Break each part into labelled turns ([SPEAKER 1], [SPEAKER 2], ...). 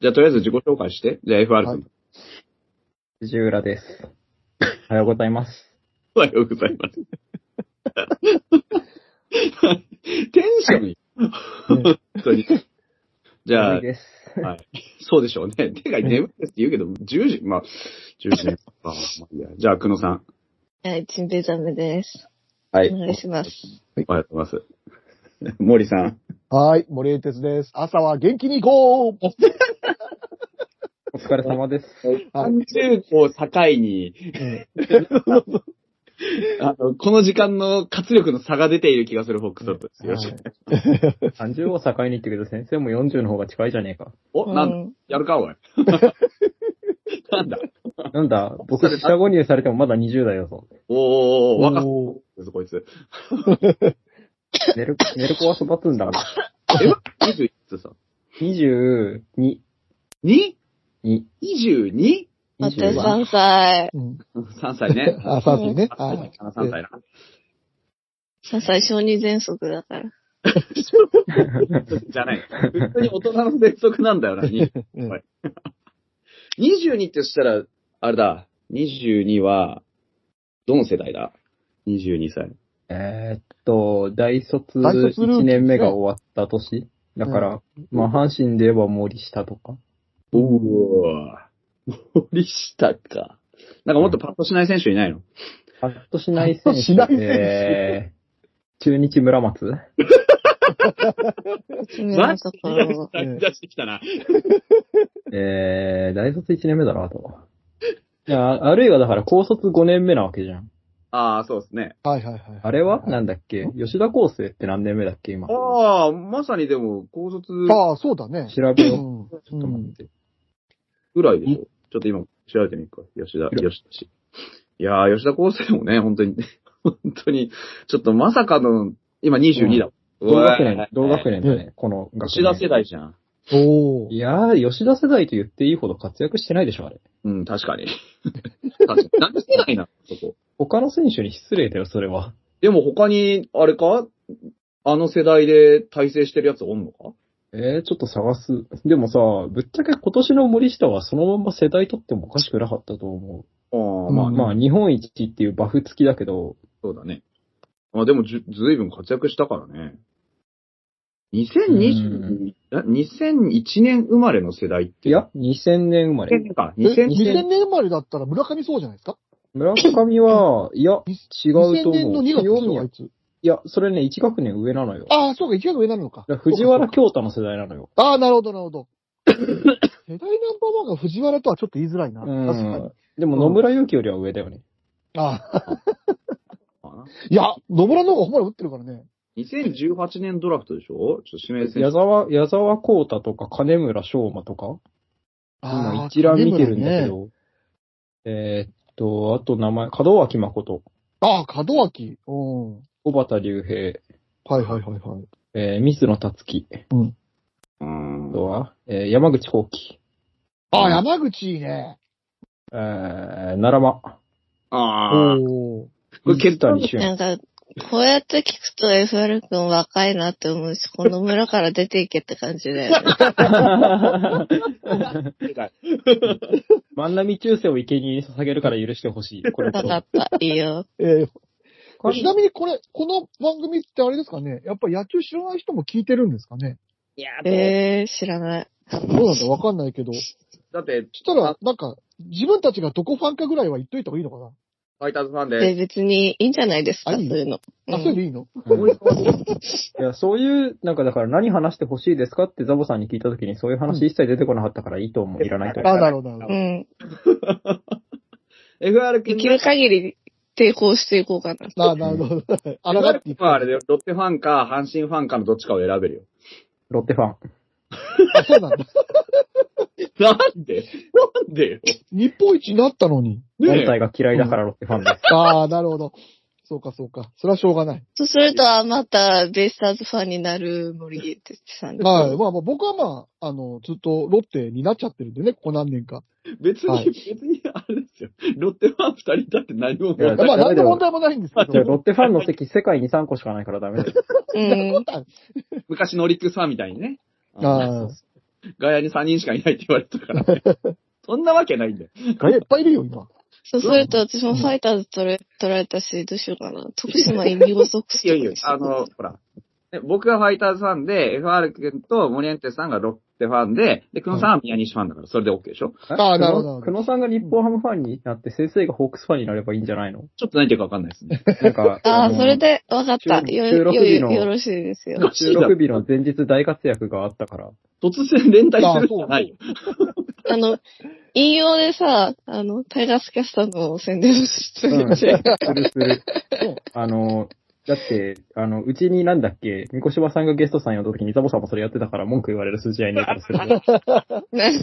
[SPEAKER 1] じゃあ、とりあえず自己紹介して。じゃあ、FR さん。
[SPEAKER 2] 藤浦です。おはようございます。
[SPEAKER 1] おはようございます。テンションいい。本当に。じゃ
[SPEAKER 2] 眠
[SPEAKER 1] あ
[SPEAKER 2] い、です。
[SPEAKER 1] はい。そうでしょうね。てか、眠いですって言うけど、10時、まあ、10時ね。ああまあいいやじゃあ、久野さん。
[SPEAKER 3] はい、チンペイザメです。
[SPEAKER 1] は
[SPEAKER 3] お願いします。
[SPEAKER 1] おはようございます。森さん。
[SPEAKER 4] はーい、森江哲です。朝は元気に行こう
[SPEAKER 2] お疲れ様です。
[SPEAKER 4] はい
[SPEAKER 1] 30を境に、 あの、この時間の活力の差が出ている気がするフォックストロットです。よろしく。
[SPEAKER 2] 30を境に言ってるけど、先生も40の方が近いじゃねえ か。
[SPEAKER 1] お、なんだ、
[SPEAKER 3] うん
[SPEAKER 1] やるか、おい。なんだ。
[SPEAKER 2] なんだ、僕、下5入されてもまだ20代よぞ。
[SPEAKER 1] おーおーおー、若
[SPEAKER 4] お
[SPEAKER 1] すこいつ。
[SPEAKER 2] 寝る、寝る子は育つんだな。
[SPEAKER 1] え、21つさ。
[SPEAKER 2] 22、2、
[SPEAKER 1] 2?22?
[SPEAKER 3] あと
[SPEAKER 2] 23。
[SPEAKER 3] 3歳。
[SPEAKER 4] ーうん
[SPEAKER 1] 3歳ね。
[SPEAKER 4] あ、サーフィーね。
[SPEAKER 1] あ
[SPEAKER 4] はい
[SPEAKER 1] 3歳な。
[SPEAKER 3] 3歳小児喘息だから。
[SPEAKER 1] じゃない。本当に大人の絶則なんだ よな、2。
[SPEAKER 4] うん
[SPEAKER 1] はい22ってしたら、あれだ、22は、どの世代だ ?22 歳。
[SPEAKER 2] えーっと、大卒
[SPEAKER 4] 大卒ルーキー
[SPEAKER 2] 1年目が終わった年。だから、まあ、阪神で言えば森下とか。
[SPEAKER 1] おお森下か。なんかもっとパッとしない選手いないの
[SPEAKER 2] パッとしない選手。
[SPEAKER 4] しない選手
[SPEAKER 2] えー中日村松
[SPEAKER 3] 決めのところ。
[SPEAKER 4] ん
[SPEAKER 1] 出してきたな。
[SPEAKER 2] えー、大卒1年目だろ、あとは。いや、あるいはだから高卒5年目なわけじゃん。
[SPEAKER 1] ああ、そうですね。
[SPEAKER 4] はいはいはい。
[SPEAKER 2] あれはなんだっけ吉田康生って何年目だっけ今。調
[SPEAKER 1] ああ、まさにでも、高卒
[SPEAKER 4] ああ、そうだね。う
[SPEAKER 2] べよう。
[SPEAKER 4] ん
[SPEAKER 2] ちょっと待って。
[SPEAKER 1] ぐらいでしょ。ちょっと今、調べてみるか。吉田、吉田氏。いやー、吉田康生もね、 本当に、本当に、ちょっとまさかの、今22だ。
[SPEAKER 2] 同学年
[SPEAKER 1] うわ
[SPEAKER 2] だ
[SPEAKER 1] ー、
[SPEAKER 2] 同学年だ
[SPEAKER 4] う
[SPEAKER 2] ね。この学年。
[SPEAKER 1] 吉田世代じゃん。
[SPEAKER 4] おー
[SPEAKER 2] いやー、吉田世代と言っていいほど活躍してないでしょ、あれ。
[SPEAKER 1] うん、確かに。確かに何世代なのそこ。
[SPEAKER 2] 他の選手に失礼だよ、それは。
[SPEAKER 1] でも他に、あれかあの世代で体制してるやつおんのか
[SPEAKER 2] えー、ちょっと探す。でもさ、ぶっちゃけ今年の森下はそのまま世代取ってもおかしくなかったと思
[SPEAKER 1] ああ、
[SPEAKER 2] う。
[SPEAKER 1] まあ、
[SPEAKER 4] うん
[SPEAKER 2] まあ、日本一っていうバフ付きだけど、
[SPEAKER 1] そうだね。まあでもず、ずいぶん活躍したからね。2020、え2001年生まれの世代って。
[SPEAKER 2] いや、2000年生まれ。
[SPEAKER 1] 2000か。
[SPEAKER 4] え
[SPEAKER 1] 2000
[SPEAKER 4] 2000
[SPEAKER 1] 年。
[SPEAKER 4] 年生まれだったら村上そうじゃないですか
[SPEAKER 2] 村 上は、いや、違うと思う。
[SPEAKER 4] 2000年の2月でし
[SPEAKER 2] 清
[SPEAKER 4] ょ、あ
[SPEAKER 2] 宮
[SPEAKER 4] いつ。
[SPEAKER 2] いや、それね、1学年上なのよ。
[SPEAKER 4] ああ、そうか、一学上なのか。
[SPEAKER 2] だから藤原京太の世代なのよ。
[SPEAKER 4] ああ、なるほど、なるほど。 世代ナンバーワンが藤原とはちょっと言いづらいな。
[SPEAKER 2] う
[SPEAKER 4] 確かに
[SPEAKER 2] ん。。でも野村祐希よりは上だよね。
[SPEAKER 4] ああ、
[SPEAKER 1] かない
[SPEAKER 4] や、野村の方がホームラン打ってるからね。
[SPEAKER 1] 2018年ドラフトでしょちょっと指名選
[SPEAKER 2] 矢
[SPEAKER 1] 手。
[SPEAKER 2] 沢、矢沢光太とか金村翔馬とか、今一覧見てるんだけど、えーっと、あと名前、門脇誠、
[SPEAKER 4] ああ、門脇。うん。
[SPEAKER 2] 小畑隆平、
[SPEAKER 4] はいはいはいはい。
[SPEAKER 2] えー、水野達樹、
[SPEAKER 1] う
[SPEAKER 2] あ
[SPEAKER 1] ん。
[SPEAKER 2] とは、えー、山口幸喜、
[SPEAKER 4] ああ、山口いいね。
[SPEAKER 2] えー、奈良間、
[SPEAKER 1] ああ。
[SPEAKER 4] おー
[SPEAKER 1] これ
[SPEAKER 2] 水
[SPEAKER 1] 決断
[SPEAKER 2] 谷俊。
[SPEAKER 3] なんか、こうやって聞くと FR 君若いなって思うし、この村から出ていけって感じだよね。
[SPEAKER 2] 万波中世を生贄に捧げるから許してほし い。これ
[SPEAKER 3] わかった。いいよ。
[SPEAKER 4] えー
[SPEAKER 2] これ
[SPEAKER 4] ちなみにこれ、この番組ってあれですかねやっぱ野球知らない人も聞いてるんですかね
[SPEAKER 1] いやー
[SPEAKER 3] えー、知らない。
[SPEAKER 4] どうなんだわかんないけど。そし
[SPEAKER 1] だって、
[SPEAKER 4] たら、なんか、自分たちがどこファンかぐらいは言っといた方がいいのかな
[SPEAKER 1] ファイターズファン
[SPEAKER 3] で、
[SPEAKER 1] で、
[SPEAKER 3] 別にいいんじゃないですか、
[SPEAKER 4] あ
[SPEAKER 3] そう
[SPEAKER 4] いい
[SPEAKER 3] いうの。う
[SPEAKER 4] あ、それ
[SPEAKER 3] ん
[SPEAKER 4] でいいの
[SPEAKER 2] うんいや、そういう、なんかだから何話してほしいですかってザボさんに聞いたときにそういう話一切出てこなかったからいいと思う。いらないと思
[SPEAKER 4] あ、なるほど、なるほ
[SPEAKER 3] う
[SPEAKER 4] ど。
[SPEAKER 3] ん。
[SPEAKER 1] FR
[SPEAKER 3] で
[SPEAKER 1] 君
[SPEAKER 3] き
[SPEAKER 1] が
[SPEAKER 3] る、限り抵抗していこうかな。
[SPEAKER 4] あ、なるほど。あらが
[SPEAKER 1] FR
[SPEAKER 4] って
[SPEAKER 1] 君
[SPEAKER 4] いく。
[SPEAKER 1] はあれだよ、ロッテファンか、阪神ファンかのどっちかを選べるよ。
[SPEAKER 2] う。ロッテファン。
[SPEAKER 4] あそうなんだ。
[SPEAKER 1] なんで なんでよ
[SPEAKER 4] 日本一になったのに。
[SPEAKER 2] 本体が嫌いだからロッテファンです。
[SPEAKER 4] ああ、なるほど。そうか、そうか。それはしょうがない。
[SPEAKER 3] そうすると、あまた、ベイスターズファンになる森家哲さんです。
[SPEAKER 4] はい。まあまあ、僕はまあ、あの、ずっとロッテになっちゃってるんでね、ここ何年か。
[SPEAKER 1] 別に、
[SPEAKER 4] はい
[SPEAKER 1] 別にあれですよ。ロッテファン二人だって何も思わ
[SPEAKER 2] いや
[SPEAKER 4] まあ、
[SPEAKER 2] だ
[SPEAKER 4] 何の問題もないんですけ
[SPEAKER 2] じゃあロ
[SPEAKER 4] ど。
[SPEAKER 2] ッテファンの席世界に3個しかないからダメだよ。
[SPEAKER 3] うん。
[SPEAKER 1] 昔のオリックスファンみたいにね。
[SPEAKER 4] ああ、
[SPEAKER 1] 外野に3人しかいないって言われたから、ね、そんなわけないんだよ。
[SPEAKER 4] 外野いっぱいいるよ、今。
[SPEAKER 3] そうすると私もファイターズ取れ、取られたし、どうしようかな。徳島インディゴソックス、
[SPEAKER 1] いやいや、あの、ほら。で僕がファイターズファンで、FR 君とモリエンテさんがロッテファンで、で、久野さんは宮西ファンだから、それで OK でしょ
[SPEAKER 4] あーなるほどなるほど
[SPEAKER 2] 久野さんが日本ハムファンになって、先生がホークスファンになればいいんじゃないの
[SPEAKER 1] ちょっと何言ってるかわかんないですね。
[SPEAKER 2] なんか
[SPEAKER 3] ああ、
[SPEAKER 2] の
[SPEAKER 3] それ。で、わかった。よ、
[SPEAKER 2] 収
[SPEAKER 3] よ、
[SPEAKER 2] 録日の
[SPEAKER 3] よろしいですよ。
[SPEAKER 2] 収録日の前日大活躍があったから。
[SPEAKER 1] 突然連帯するんじゃないよ。
[SPEAKER 3] あの、引用でさ、あの、タイガースキャスターの宣伝をして る
[SPEAKER 2] うん
[SPEAKER 3] じゃ
[SPEAKER 2] す
[SPEAKER 3] ん
[SPEAKER 2] るする。あの、だって、あの、うちになんだっけ、三越場さんがゲストさん呼んだ時にザボさんもそれやってたから文句言われる筋合いねえからするけど。
[SPEAKER 1] 確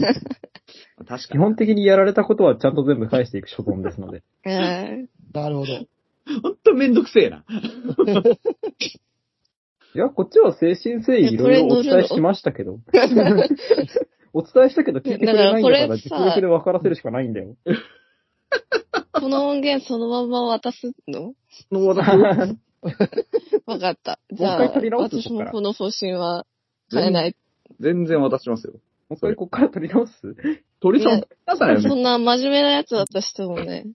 [SPEAKER 1] か
[SPEAKER 2] 基
[SPEAKER 1] に。
[SPEAKER 2] 本的にやられたことはちゃんと全部返していく所存ですので。
[SPEAKER 3] はい
[SPEAKER 4] なるほど。
[SPEAKER 1] ほんとめんどくせえな。
[SPEAKER 2] いや、こっちは誠心誠意いろいろお伝えしましたけど。お伝えしたけど聞いてくれないんだか
[SPEAKER 3] だからこ
[SPEAKER 2] ら
[SPEAKER 3] れ
[SPEAKER 2] 実
[SPEAKER 3] さ
[SPEAKER 2] 力で分からせるしかないんだよ。
[SPEAKER 3] この音源そのまま渡すの
[SPEAKER 1] の和田さん
[SPEAKER 2] あ
[SPEAKER 3] わかった。じゃ
[SPEAKER 2] もう一回
[SPEAKER 3] あ
[SPEAKER 2] 取り、直す
[SPEAKER 3] 私
[SPEAKER 2] ここか
[SPEAKER 3] も
[SPEAKER 2] ら
[SPEAKER 3] この方針は変えない。
[SPEAKER 1] 全然渡しますよ。
[SPEAKER 2] もう一回こっから取り直す
[SPEAKER 1] 鳥さん、皆さんや
[SPEAKER 3] そ
[SPEAKER 1] め
[SPEAKER 3] んな真面目なやつだとしてもね、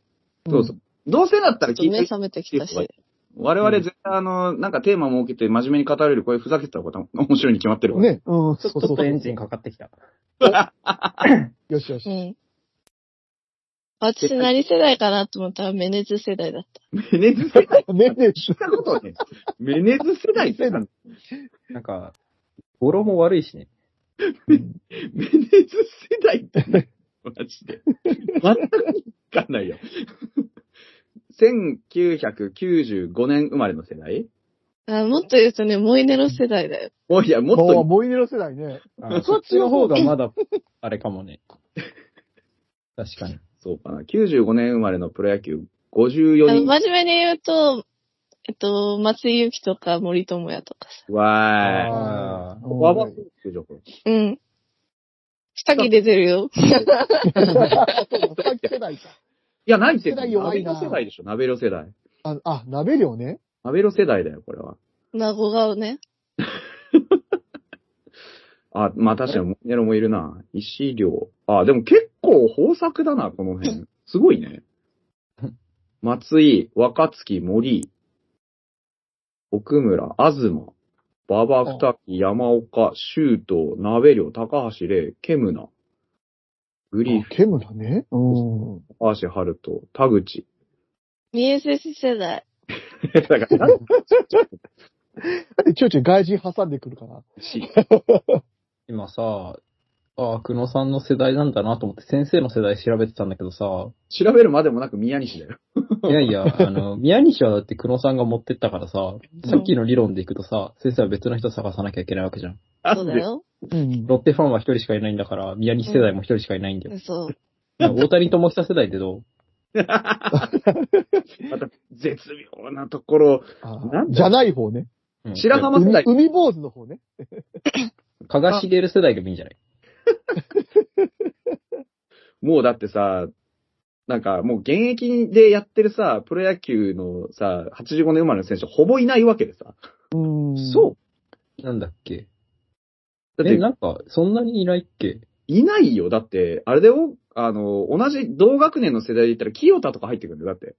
[SPEAKER 1] そうそう。どうせだった
[SPEAKER 3] ちょ
[SPEAKER 1] ら
[SPEAKER 3] っと
[SPEAKER 1] 聞い
[SPEAKER 3] 目
[SPEAKER 1] て、
[SPEAKER 3] 覚めてきたし。
[SPEAKER 1] 我々絶対あの、なんかテーマ設けて真面目に語れる、こういうふざけてたこと面白いに決まってるわ。
[SPEAKER 4] ね。うん、
[SPEAKER 2] ち
[SPEAKER 4] そう
[SPEAKER 2] ょ
[SPEAKER 4] そう
[SPEAKER 2] っとちょっ
[SPEAKER 4] そ
[SPEAKER 2] とエ
[SPEAKER 4] う
[SPEAKER 2] ン。ジンかかってきた。
[SPEAKER 4] よしよ
[SPEAKER 3] う
[SPEAKER 4] し。
[SPEAKER 3] ん。私何世代かなと思ったらメネズ世代だった。
[SPEAKER 1] メネズ世代っ
[SPEAKER 4] ねえねえし
[SPEAKER 1] たことね。メネズ世代ってなんだ
[SPEAKER 2] なんか、語呂も悪いしね。
[SPEAKER 1] メネズ世代ってね。マジで。全くわかんないよ。1995年生まれの世代
[SPEAKER 3] あもっと言うとね、モイネロ世代だよ。
[SPEAKER 1] おいや、もっ
[SPEAKER 4] もう、
[SPEAKER 1] と、
[SPEAKER 4] モイネロ世代ね。
[SPEAKER 2] あそっちの方がまだ、あれかもね。確かに。
[SPEAKER 1] そうかな。95年生まれのプロ野球54
[SPEAKER 3] あの
[SPEAKER 1] 人。
[SPEAKER 3] 真面目に言うと、えっと、松井裕樹とか森友哉とかさ。
[SPEAKER 1] わーい。
[SPEAKER 2] あー
[SPEAKER 1] わばってじゃん、これ。
[SPEAKER 3] うん。下着出てるよ。
[SPEAKER 4] そうか世代か。
[SPEAKER 1] いや、ないって。
[SPEAKER 4] 世
[SPEAKER 1] ナ
[SPEAKER 4] 代
[SPEAKER 1] ベ
[SPEAKER 4] 弱いな
[SPEAKER 1] ロ世代でしょ、ナベロ世代。
[SPEAKER 4] あ、 あ、鍋量ね。
[SPEAKER 1] ナベロ世代だよ、これは。
[SPEAKER 3] 孫顔ね。
[SPEAKER 1] あ、まあ確かに、モネロもいるな。石良。あ、でも結構豊作だな、この 辺。すごいね。松井、若月、森、奥村、東、馬場、二木、山岡、周東、鍋良、高橋礼、ケムナ、グリーフ、
[SPEAKER 4] ケムだね。うん。
[SPEAKER 1] 高橋春人、田口。
[SPEAKER 3] ミエセス世代。
[SPEAKER 1] だから、なん
[SPEAKER 4] だ ってちょいちょい外人挟んでくるから。
[SPEAKER 1] し
[SPEAKER 2] 今さ、ああ、久野さんの世代なんだなと思って先生の世代調べてたんだけどさ、
[SPEAKER 1] 調べるまでもなく宮西だよ。
[SPEAKER 2] いやいや、あの、宮西はだって久野さんが持ってったからさ、さっきの理論でいくとさ、先生は別の人探さなきゃいけないわけじゃん。
[SPEAKER 3] そうだよ。
[SPEAKER 4] うん。
[SPEAKER 2] ロッテファンは一人しかいないんだから、宮西世代も一人しかいないんだよ。
[SPEAKER 3] そう。
[SPEAKER 2] 大谷智久世代ってどう
[SPEAKER 1] また、絶妙なところ。
[SPEAKER 4] あ
[SPEAKER 1] なんだ
[SPEAKER 4] じゃない方ね。
[SPEAKER 2] うん
[SPEAKER 1] 白浜世
[SPEAKER 4] 海
[SPEAKER 1] 代。
[SPEAKER 4] 海坊主の方ね。
[SPEAKER 2] 加賀茂世代でもいいんじゃない
[SPEAKER 1] もうだってさ、なんかもう現役でやってるさ、プロ野球のさ、85年生まれの選手ほぼいないわけでさ。
[SPEAKER 4] うん。。。
[SPEAKER 2] なんだっけ
[SPEAKER 1] だっ
[SPEAKER 2] え、
[SPEAKER 1] て、
[SPEAKER 2] なんか、そんなにいないっけ
[SPEAKER 1] いないよ。だって、あれだよ。あの、同じ同学年の世代で言ったら、清田とか入ってくるんだよ。だって。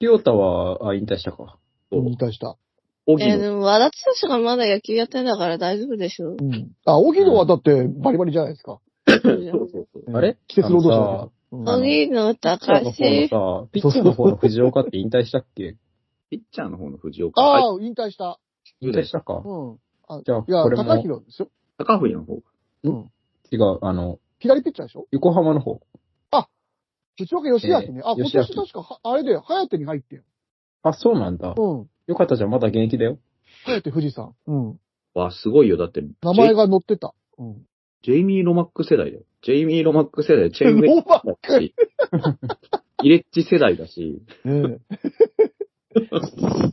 [SPEAKER 2] 清田は、あ、引退したか。
[SPEAKER 1] そううん
[SPEAKER 4] 出した。
[SPEAKER 1] 小木
[SPEAKER 3] えー
[SPEAKER 1] の
[SPEAKER 3] でも、和田剛がまだ野球やってんだから大丈夫でしょ。
[SPEAKER 4] うん。あ、荻野はだってバリバリじゃないですか。
[SPEAKER 1] そうそうそう。
[SPEAKER 2] あれ
[SPEAKER 4] 季節労働者だ
[SPEAKER 2] あ
[SPEAKER 4] けどうん
[SPEAKER 2] あの
[SPEAKER 3] 荻野
[SPEAKER 2] ピッチャー
[SPEAKER 3] 隆
[SPEAKER 2] の
[SPEAKER 3] 史。
[SPEAKER 2] 方のさ、ピッチャーの方の藤岡って引退したっけ
[SPEAKER 1] ピッチャーの方の藤岡。あ、
[SPEAKER 4] ああ、引退した。
[SPEAKER 2] 引退したか。
[SPEAKER 4] うん。あ
[SPEAKER 2] じゃあ、
[SPEAKER 4] いや、
[SPEAKER 2] これ
[SPEAKER 4] 高
[SPEAKER 2] も、
[SPEAKER 4] 弘ですよ。
[SPEAKER 1] 高藤の方。
[SPEAKER 2] 違う、あの、
[SPEAKER 4] 左ピッチャーでしょ
[SPEAKER 2] 横浜の方。
[SPEAKER 4] 藤岡義明ね。あ、
[SPEAKER 2] えー
[SPEAKER 4] 今年確かは、あれで、早手に入ってよ。
[SPEAKER 2] あ、そうなんだ。
[SPEAKER 4] うん。
[SPEAKER 2] よかったじゃん、まだ現役だよ。
[SPEAKER 4] 早手富士山。うん。
[SPEAKER 1] わ、すごいよ。だって、
[SPEAKER 4] 名前が載ってた。うん。
[SPEAKER 1] ジェイミー・ロマック世代だよ。ジェイミー・ロマック世代、チェインウェイ
[SPEAKER 4] ロマ
[SPEAKER 1] だし、イレッジ世代だし、
[SPEAKER 4] ね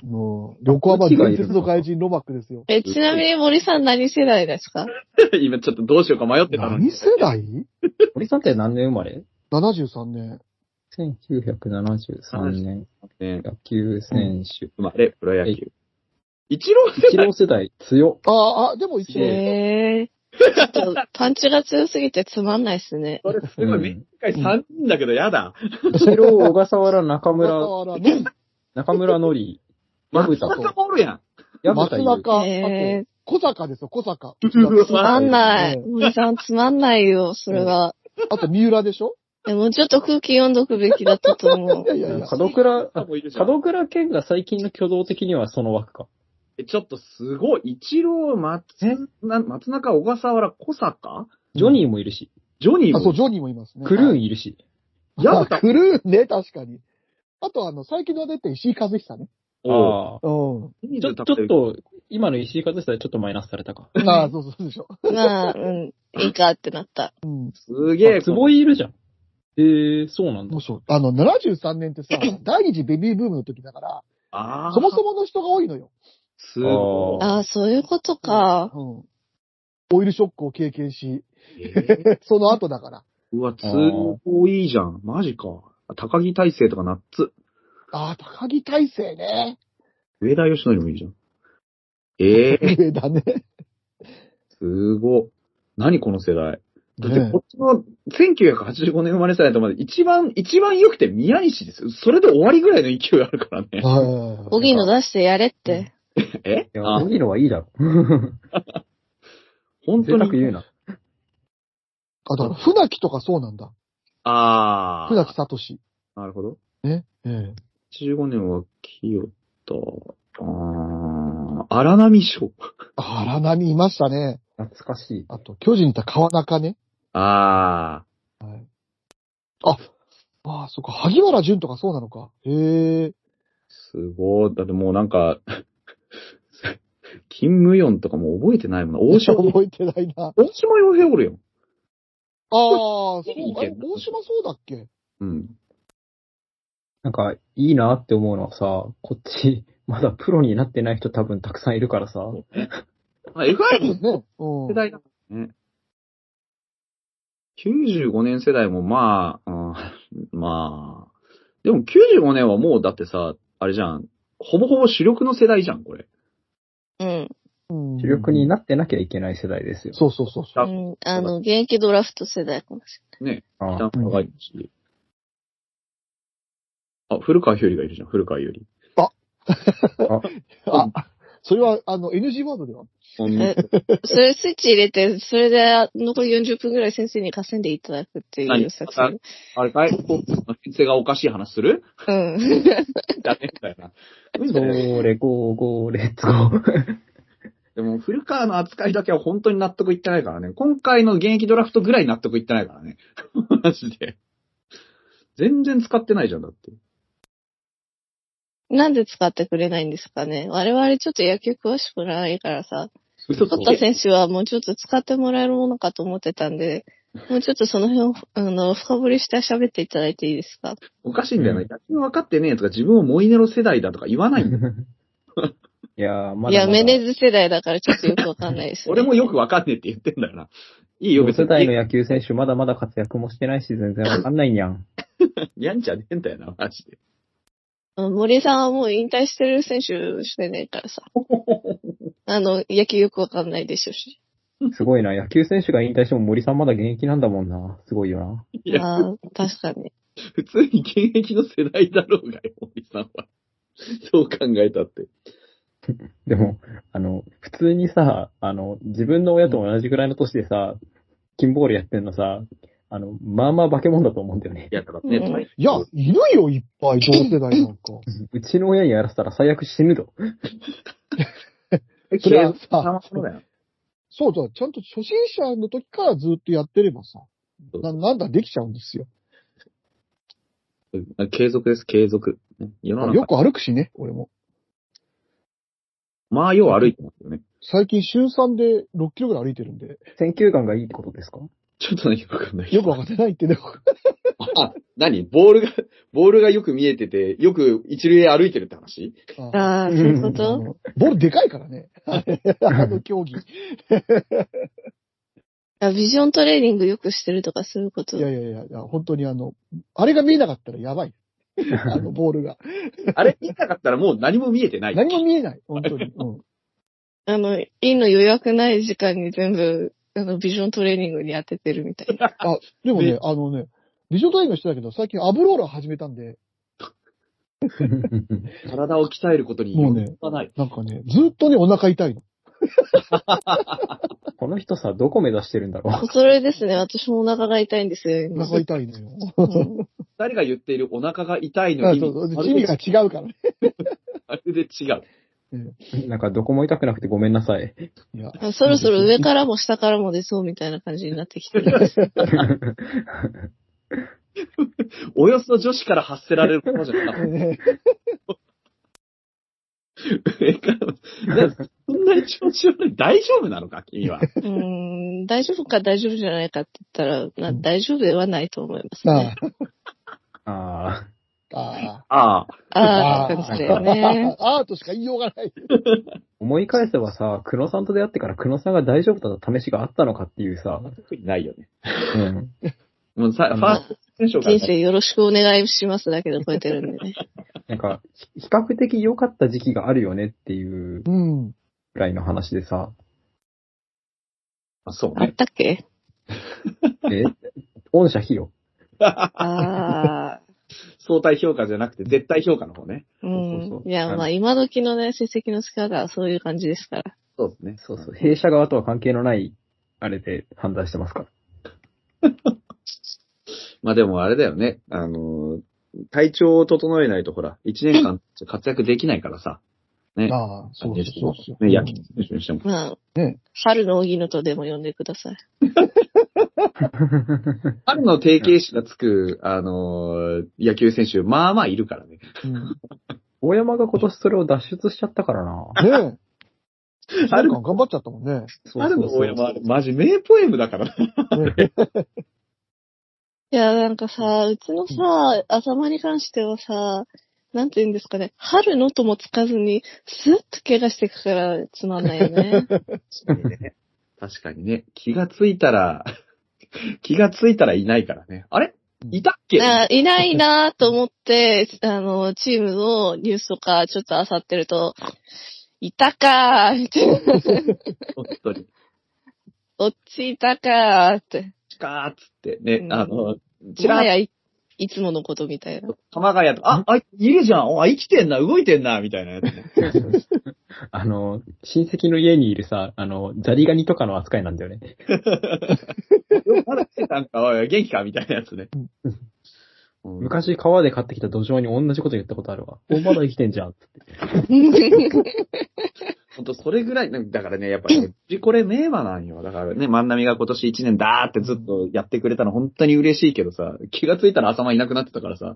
[SPEAKER 4] え。 もう、横浜伝説の怪人ロマックですよ。
[SPEAKER 3] え、ちなみに森さん何世代ですか
[SPEAKER 1] 今ちょっとどうしようか迷ってたのに
[SPEAKER 4] 何。世代
[SPEAKER 2] 森さんって何年生まれ
[SPEAKER 4] ?73 年。
[SPEAKER 2] ?1973 年。
[SPEAKER 1] ね、
[SPEAKER 2] 野球 選手。
[SPEAKER 1] 生まれ、プロ野球。一郎世
[SPEAKER 2] 一
[SPEAKER 1] 代
[SPEAKER 2] 郎世代強っ。
[SPEAKER 4] ああ、でも一応、
[SPEAKER 2] え
[SPEAKER 3] へえ。ちょっとパンチが強すぎてつまんないっすね。
[SPEAKER 1] それすごい、
[SPEAKER 2] うん
[SPEAKER 1] 一回3人だけどやだ。
[SPEAKER 2] 白、小笠原、中村、
[SPEAKER 4] 小笠原ね
[SPEAKER 2] 中村のり、矢
[SPEAKER 1] 松
[SPEAKER 2] 蓋
[SPEAKER 1] 田
[SPEAKER 2] と、
[SPEAKER 1] もおるやん。
[SPEAKER 2] 矢蓋
[SPEAKER 4] 松
[SPEAKER 2] 優。
[SPEAKER 4] 中、あ
[SPEAKER 3] へ
[SPEAKER 4] と、小坂ですよ、小坂。
[SPEAKER 3] つまんない。
[SPEAKER 4] う
[SPEAKER 3] 森さんつまんないよ、それは。
[SPEAKER 4] あと、三浦でしょ
[SPEAKER 3] でもうちょっと空気読んどくべきだったと思う
[SPEAKER 4] い。やいやいや。
[SPEAKER 2] 角倉、あ
[SPEAKER 1] もいるじゃん
[SPEAKER 2] 角倉健が最近の挙動的にはその枠か。
[SPEAKER 1] えちょっとすごい。一郎、松、な松中、小笠原、小坂
[SPEAKER 2] ジョニーもいるし、
[SPEAKER 1] ジョニー
[SPEAKER 4] あ、そう、
[SPEAKER 1] も。
[SPEAKER 4] ジョニーもいますね。
[SPEAKER 2] クルー
[SPEAKER 4] ン。
[SPEAKER 2] ンいるし。
[SPEAKER 1] 矢
[SPEAKER 4] あ、
[SPEAKER 1] 蓋
[SPEAKER 4] クルーンね、確かに。あと、あの、最近の出て石井和久ね。
[SPEAKER 1] おう
[SPEAKER 2] ああ。
[SPEAKER 4] うん。
[SPEAKER 2] ちょ、ちょっと、今の石井和久でちょっとマイナスされたか。
[SPEAKER 4] ああ、そうそうそうでしょ。
[SPEAKER 3] まあ、うん、いいかってなった。
[SPEAKER 4] うん。
[SPEAKER 1] すげえ。
[SPEAKER 2] あ坪井いるじゃん。ええそうなんだ
[SPEAKER 4] どう。しよう。あの、73 年ってさ、第二次ベビーブームの時だから、
[SPEAKER 1] ああ。
[SPEAKER 4] そもそもの人が多いのよ。
[SPEAKER 1] すご
[SPEAKER 2] あ
[SPEAKER 3] ああ、そういうことか。
[SPEAKER 4] うん。オイルショックを経験し、
[SPEAKER 1] い。えー
[SPEAKER 4] その後だから。
[SPEAKER 1] うわ、都合いいじゃん。マジか。高木大成とかナッツ。
[SPEAKER 4] ああ、高木大成ね。
[SPEAKER 1] 上田義則もいいじゃん。ええ
[SPEAKER 4] 上だ ね。
[SPEAKER 1] すご。何この世代。だっ
[SPEAKER 4] ね
[SPEAKER 1] てこっちの1985年生まれ世代とまで一番、一番良くて宮西ですよ。それで終わりぐらいの勢いあるからね。
[SPEAKER 4] は
[SPEAKER 3] 荻野出してやれって。
[SPEAKER 1] え
[SPEAKER 2] いや、
[SPEAKER 1] あ、
[SPEAKER 2] 荻野はいいだろ。
[SPEAKER 1] 本
[SPEAKER 2] 贅
[SPEAKER 1] 当
[SPEAKER 2] 沢言う
[SPEAKER 1] に。
[SPEAKER 2] な。
[SPEAKER 4] あ、だから、船木とかそうなんだ。
[SPEAKER 1] あ
[SPEAKER 4] 船木
[SPEAKER 1] あ。
[SPEAKER 4] 聡。
[SPEAKER 1] なるほど。
[SPEAKER 4] ね。え
[SPEAKER 1] 85年は清田。ああ、荒波賞。
[SPEAKER 4] あ荒波いましたね。
[SPEAKER 2] 懐かしい。
[SPEAKER 4] あと、巨人いた川中ね。
[SPEAKER 1] ああ。
[SPEAKER 4] はい。あ、ああ、そっか、萩原淳とかそうなのか。へえ。
[SPEAKER 1] すごい。だってもうなんか、 金無四とかもう覚えてないもんな。大 島、
[SPEAKER 4] 覚えてないな。ああ、
[SPEAKER 1] 大島洋平おるよ。
[SPEAKER 4] そう
[SPEAKER 1] いい意見
[SPEAKER 4] あれ大島そうだっけ
[SPEAKER 1] うん。
[SPEAKER 2] なんか、いいなって思うのはさ、こっち、 まだプロになってない人多分たくさんいるからさ。
[SPEAKER 1] あ、FI
[SPEAKER 4] ね。うん。
[SPEAKER 1] 世代だもんね。95年世代もまあ、うん、 まあ、でも95年はもうだってさ、あれじゃん、ほぼほぼ主力の世代じゃん、これ。
[SPEAKER 3] うん。
[SPEAKER 4] うん
[SPEAKER 2] 主力になってなきゃいいけない世代ですよ。
[SPEAKER 4] そうそうそうそう。
[SPEAKER 3] うん。あの、現役ドラフト世代かもし
[SPEAKER 2] あ
[SPEAKER 1] 北中
[SPEAKER 2] あ
[SPEAKER 1] がいるし。あ、古川日和がいるじゃん、古川日和。
[SPEAKER 4] あ、それは、あの、NG ワードでは
[SPEAKER 1] そ
[SPEAKER 3] れ
[SPEAKER 1] ん
[SPEAKER 3] な。
[SPEAKER 1] ない
[SPEAKER 3] えそれスイッチ入れて、それで残り40分くらい先生に稼いでいただくっていう作戦。
[SPEAKER 1] あれかいこう先生がおかしい話する
[SPEAKER 3] うん。
[SPEAKER 1] ダメだよな。
[SPEAKER 2] それ、ゴーゴー、レッツゴー。
[SPEAKER 1] でも、古川の扱いだけは本当に納得いってないからね。今回の現役ドラフトぐらい納得いってないからね。 マジで。全然使ってないじゃん、だって。
[SPEAKER 3] なんで使ってくれないんですかね。我々ちょっと野球詳しくないからさ、
[SPEAKER 1] 嘘
[SPEAKER 3] トッタ選手はもうちょっと使ってもらえるものかと思ってたんで、もうちょっとその辺を、あの、深掘りして喋っていただいていいですか
[SPEAKER 1] おかしいんだよな、ね。野球分かってねえとか、自分をモイネロ世代だとか言わないんだよ。
[SPEAKER 2] いやー、まだまだ。
[SPEAKER 3] いや、メネズ世代だからちょっとよくわかんないです、ね。
[SPEAKER 1] 俺もよく分かんねえって言ってんだよな。いいよ、
[SPEAKER 2] 同
[SPEAKER 1] 別
[SPEAKER 2] 世代の
[SPEAKER 1] に。
[SPEAKER 2] 野球選手まだまだ活躍もしてないし、全然わかんないんやん。
[SPEAKER 1] やんちゃねえんだよな、マジで。
[SPEAKER 3] うん森さんはもう引退してる選手してないからさ。あの、野球よくわかんないでしょうし。
[SPEAKER 2] すごいな。野球選手が引退しても森さんまだ現役なんだもんな。すごいよな。
[SPEAKER 1] いや、
[SPEAKER 3] ああ、確かに。
[SPEAKER 1] 普通に現役の世代だろうがよ、森さんは。そう考えたって。
[SPEAKER 2] でも、あの、普通にさ、あの、自分の親と同じぐらいの年でさ、金ボールやってんのさ、あの、まあまあ化け物だと思うんだよね
[SPEAKER 1] い。や、だからね、
[SPEAKER 3] うん
[SPEAKER 4] いや、いるよ、いっぱい、同世代なんか。
[SPEAKER 2] うちの親にやらせたら最悪死ぬぞ。
[SPEAKER 4] それは
[SPEAKER 1] さ
[SPEAKER 4] さ、そうそう、ちゃんと初心者の時からずっとやってればさ、ななんだできちゃうんですよ。
[SPEAKER 1] 継続です、継続。世の中
[SPEAKER 4] よく歩くしね、俺も。
[SPEAKER 1] まあ、よう歩いてますよね。
[SPEAKER 4] 最近週3で6キロぐらい歩いてるんで、
[SPEAKER 2] 選球眼がいいってことですか
[SPEAKER 1] ちょっとね、よくわかんない。
[SPEAKER 4] よくわかってないってね。
[SPEAKER 1] あ、何ボールが、ボールがよく見えてて、よく一塁へ歩いてるって話
[SPEAKER 4] あ
[SPEAKER 3] ああ、そういうこと
[SPEAKER 4] のボールでかいからね。あの競技。い
[SPEAKER 3] あビジョントレーニングよくしてるとかそういうこと。
[SPEAKER 4] やいやいやいや、本当にあの、あれが見えなかったらやばい。あの、ボールが。
[SPEAKER 1] あれ見なかったらもう何も見えてない。
[SPEAKER 4] 何も見えない、本当に。うん
[SPEAKER 3] あの、院の予約ない時間に全部あの、ビジョントレーニングに当ててるみた いな。
[SPEAKER 4] あ、でもね
[SPEAKER 1] で、
[SPEAKER 4] あのね、ビジョントレーニングしてたけど、最近アブローラー始めたんで、
[SPEAKER 1] 体を鍛えることに
[SPEAKER 4] もうね
[SPEAKER 1] 余裕がない。
[SPEAKER 4] なんかね、ずっとね、お腹痛いの。
[SPEAKER 2] この人さ、どこ目指してるんだろう。
[SPEAKER 3] それですね。私もお腹が痛いんですよ、
[SPEAKER 4] お
[SPEAKER 3] 今。
[SPEAKER 4] 腹痛いのよ。
[SPEAKER 3] うん
[SPEAKER 1] 二人が言っているお腹が痛いの
[SPEAKER 4] あ
[SPEAKER 1] 意
[SPEAKER 4] そう
[SPEAKER 1] 味、
[SPEAKER 4] そ
[SPEAKER 1] あ
[SPEAKER 4] う意
[SPEAKER 1] れ
[SPEAKER 4] 味が違うからね。
[SPEAKER 1] あれで違う。
[SPEAKER 2] なんかどこも痛くなくてごめんなさ い。
[SPEAKER 4] いや、
[SPEAKER 3] あそろそろ上からも下からも出そうみたいな感じになってきてます。
[SPEAKER 1] およそ女子から発せられるものじゃなかっ
[SPEAKER 4] ね
[SPEAKER 1] た。えなんかそんなに調子悪い。大丈夫なのか君は。
[SPEAKER 3] うーん、大丈夫か大丈夫じゃないかって言ったら、
[SPEAKER 4] う
[SPEAKER 3] なん大丈夫ではないと思います
[SPEAKER 4] あ
[SPEAKER 3] ね。
[SPEAKER 2] あ
[SPEAKER 4] あ、あ
[SPEAKER 1] ああ。
[SPEAKER 3] ああ
[SPEAKER 4] あ
[SPEAKER 3] ー、って感じだよね。
[SPEAKER 4] あ、 アートしか言いようがない。
[SPEAKER 2] 思い返せばさ、久野さんと出会ってから久野さんが大丈夫だった試しがあったのかっていうさ、
[SPEAKER 1] 特にないよね。
[SPEAKER 2] うん。
[SPEAKER 1] もうさ、ファーストテンションから
[SPEAKER 3] 人生よろしくお願いしますだけど超えてるんでね。
[SPEAKER 2] なんか、ひ比較的良かった時期があるよねっていう
[SPEAKER 4] うん。
[SPEAKER 2] くらいの話でさ、
[SPEAKER 1] あそう
[SPEAKER 3] あ
[SPEAKER 1] ね
[SPEAKER 3] っ。たっけ
[SPEAKER 2] え、 御社費用。
[SPEAKER 3] ああ。
[SPEAKER 1] 相対評価じゃなくて絶対評価の方ね。
[SPEAKER 2] そ
[SPEAKER 3] う
[SPEAKER 2] うそ
[SPEAKER 3] ん
[SPEAKER 2] う。そう
[SPEAKER 3] いや、まあ今時のね、成績の仕方はそういう感じですから。
[SPEAKER 1] そうですね。
[SPEAKER 2] そうそう、弊社側とは関係のない、あれで判断してますから。
[SPEAKER 1] まあでもあれだよね。あのー、体調を整えないとほら、一年間活躍できないからさ。ね。
[SPEAKER 4] ああ、そうですそうですよ。
[SPEAKER 1] ね、野球選手にしても。
[SPEAKER 3] まあ
[SPEAKER 4] ね、
[SPEAKER 3] 春の荻野とでも呼んでください。
[SPEAKER 1] 春の定型詞がつく、あのー、野球選手、まあまあいるからね。
[SPEAKER 4] うん
[SPEAKER 2] 大山が今年それを脱出しちゃったからな。
[SPEAKER 4] ねえ。
[SPEAKER 1] あ
[SPEAKER 4] あ
[SPEAKER 1] る
[SPEAKER 4] るか頑張っちゃったも んね。
[SPEAKER 2] そう
[SPEAKER 1] 春
[SPEAKER 2] そう
[SPEAKER 1] の大
[SPEAKER 2] そう。
[SPEAKER 1] 山、マジ名ポエムだからね。
[SPEAKER 4] ね
[SPEAKER 3] いや、なんかさ、うちのさ、浅間に関してはさ、なんて言うんですかね、春のともつかずに、スッと怪我していくからつまんないよね。
[SPEAKER 1] 確かにね。気がついたら、気がついたらいないからね。あれいたっけ
[SPEAKER 3] あいないなと思って、あの、チームのニュースとかちょっと漁ってると、いたかーみたいな。
[SPEAKER 1] 本当に。
[SPEAKER 3] どっちいたかーって。
[SPEAKER 1] かーっつってね
[SPEAKER 3] う、ん
[SPEAKER 1] あの、ち
[SPEAKER 3] も
[SPEAKER 1] ら
[SPEAKER 3] は
[SPEAKER 1] っ
[SPEAKER 3] やいいつものことみたいな。
[SPEAKER 1] と、鎌ヶ谷と、あ、あい、いるじゃんおあ、生きてんな、動いてんな、みたいなやつね。
[SPEAKER 2] あの、親戚の家にいるさ、あの、ザリガニとかの扱いなんだよね。
[SPEAKER 1] まだ来てたんか、おい、元気かみたいなやつね。うん
[SPEAKER 2] 昔川で買ってきた土壌に同じこと言ったことあるわ。お、まだ生きてんじ ゃん。つって
[SPEAKER 1] ほんと、それぐらい、なんだからね、やっぱね、これ名馬なんよ。だからね、万波が今年1年だーってずっとやってくれたの本当に嬉しいけどさ、気がついたら浅間いなくなってたからさ、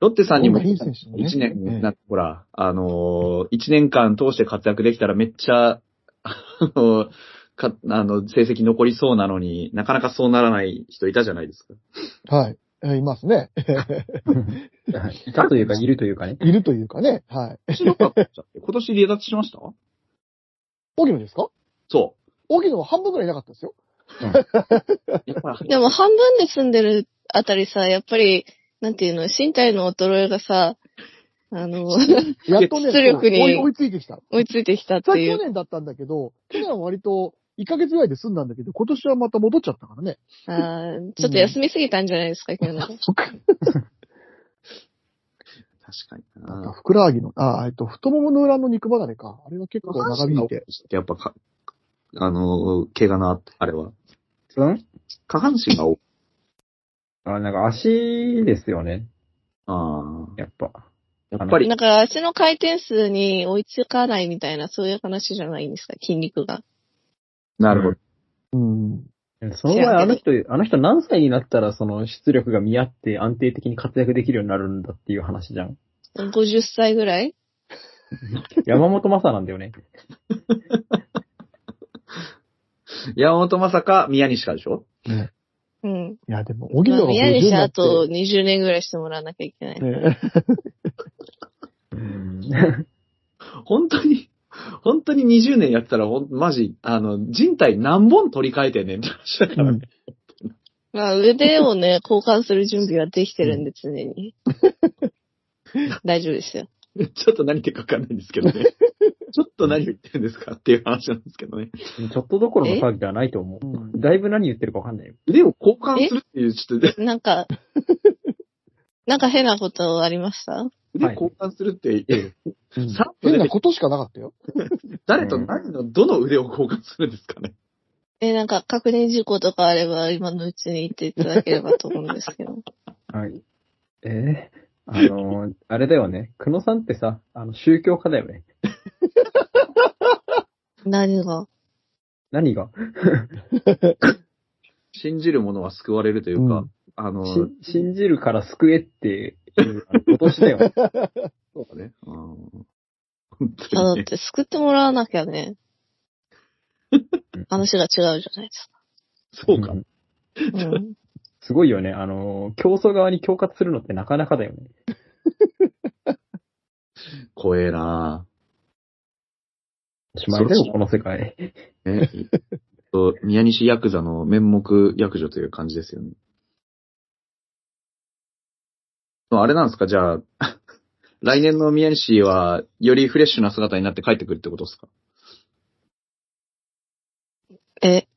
[SPEAKER 1] ロッテさんにも
[SPEAKER 4] こんないい選手ね
[SPEAKER 1] 1年、
[SPEAKER 4] ええ
[SPEAKER 1] なほら、あのー、1年間通して活躍できたらめっちゃ、あのーか、あの、成績残りそうなのに、なかなかそうならない人いたじゃないですか。
[SPEAKER 4] はい。えいますね。
[SPEAKER 2] いたというか、いるというかね。
[SPEAKER 4] いるというかね。はい。
[SPEAKER 1] 今年離脱しました
[SPEAKER 4] 荻野ですか
[SPEAKER 1] そ
[SPEAKER 4] 荻野は半分くらいいなかったですよ。
[SPEAKER 1] う。やっぱり
[SPEAKER 3] でも半分で住んでるあたりさ、やっぱり、なんていうの、身体の衰えがさ、あの、
[SPEAKER 4] やっとね、
[SPEAKER 3] 出力に
[SPEAKER 4] 追い追いついてきた。
[SPEAKER 3] 追いついてきたっ
[SPEAKER 4] さ去
[SPEAKER 3] ていう。
[SPEAKER 4] 年だったんだけど、去年は割と1ヶ月ぐらいで済んだんだけど、今年はまた戻っちゃったからね。
[SPEAKER 3] あーちょっと休みすぎたんじゃないですか、去年。
[SPEAKER 4] そっか。
[SPEAKER 1] 確かに
[SPEAKER 4] なんか
[SPEAKER 1] な。
[SPEAKER 4] ふくらはぎの、あ、えっと、太ももの裏の肉離れか。あれは結構長引いて。
[SPEAKER 1] やっぱか、あのー、怪我な、あれは。
[SPEAKER 2] うん
[SPEAKER 1] 下半身が多い。
[SPEAKER 2] あ、なんか足ですよね。
[SPEAKER 1] ああ。
[SPEAKER 2] やっぱ。
[SPEAKER 1] やっぱり
[SPEAKER 3] だ、から足の回転数に追いつかないみたいな、そういう話じゃないんですか、筋肉が。
[SPEAKER 1] なるほど。
[SPEAKER 4] うん。
[SPEAKER 2] その前あの人、あの人何歳になったらその出力が見合って安定的に活躍できるようになるんだっていう話じゃん。
[SPEAKER 3] 50歳ぐらい
[SPEAKER 2] 山本正なんだ よね。
[SPEAKER 1] 山本まさか宮西かでしょ
[SPEAKER 3] うん。
[SPEAKER 4] いや、でも、荻
[SPEAKER 3] ま
[SPEAKER 4] 野
[SPEAKER 3] あ、
[SPEAKER 4] が
[SPEAKER 3] 宮
[SPEAKER 4] 50
[SPEAKER 3] 西
[SPEAKER 4] にな
[SPEAKER 3] あ
[SPEAKER 4] って。
[SPEAKER 3] と20年ぐらいしてもらわなきゃいけない。
[SPEAKER 4] ね
[SPEAKER 1] 本当に、本当に20年やってたら、ほん、マジ、あの、人体何本取り替えてんねんって話だからね。
[SPEAKER 3] まあ腕をね、交換する準備はできてるんで、常 に。大丈夫ですよ。
[SPEAKER 1] ちょっと何言ってるかわかんないんですけどね。ちょっと何を言ってるんですかっていう話なんですけどね。
[SPEAKER 2] ちょっとどころの騒ぎではないと思
[SPEAKER 4] うん
[SPEAKER 2] う。だいぶ何言ってるかわかんないよ。
[SPEAKER 1] 腕を交換するっていう、ちょっと、
[SPEAKER 3] なんか、なんか変なことありました
[SPEAKER 1] 腕を交換するって、
[SPEAKER 2] うん
[SPEAKER 1] さっと
[SPEAKER 4] 変
[SPEAKER 1] 出
[SPEAKER 4] な
[SPEAKER 1] て、
[SPEAKER 4] ことしかなかったよ。
[SPEAKER 1] 誰と何の、どの腕を交換するんですかね。
[SPEAKER 3] え、なんか確認事項とかあれば今のうちに言っていただければと思うんですけど。
[SPEAKER 2] はい。えーあのー、あれだよね。久野さんってさ、あの、宗教家だよね。
[SPEAKER 3] 何が
[SPEAKER 2] 何が
[SPEAKER 1] 信じる者は救われるというか、あの、
[SPEAKER 2] し信じるから救えっていう、あのことしたよ ね。
[SPEAKER 1] そうだね。うん本
[SPEAKER 3] あ
[SPEAKER 1] 当
[SPEAKER 3] だっ
[SPEAKER 1] にね。
[SPEAKER 3] て救ってもらわなきゃね、話が違うじゃないです
[SPEAKER 1] そうか。
[SPEAKER 2] ん
[SPEAKER 3] か。うん。
[SPEAKER 2] すごいよね。あのー、競争側に恐喝するのってなかなかだよね。
[SPEAKER 1] 怖えな
[SPEAKER 2] おしまいだ
[SPEAKER 1] そう
[SPEAKER 2] よ、この世界。
[SPEAKER 1] ぁ。ね。 えっと宮西ヤクザの面目役女という感じですよね。あれなんですかじゃあ、 来年の宮西は、よりフレッシュな姿になって帰ってくるってことですか
[SPEAKER 3] え、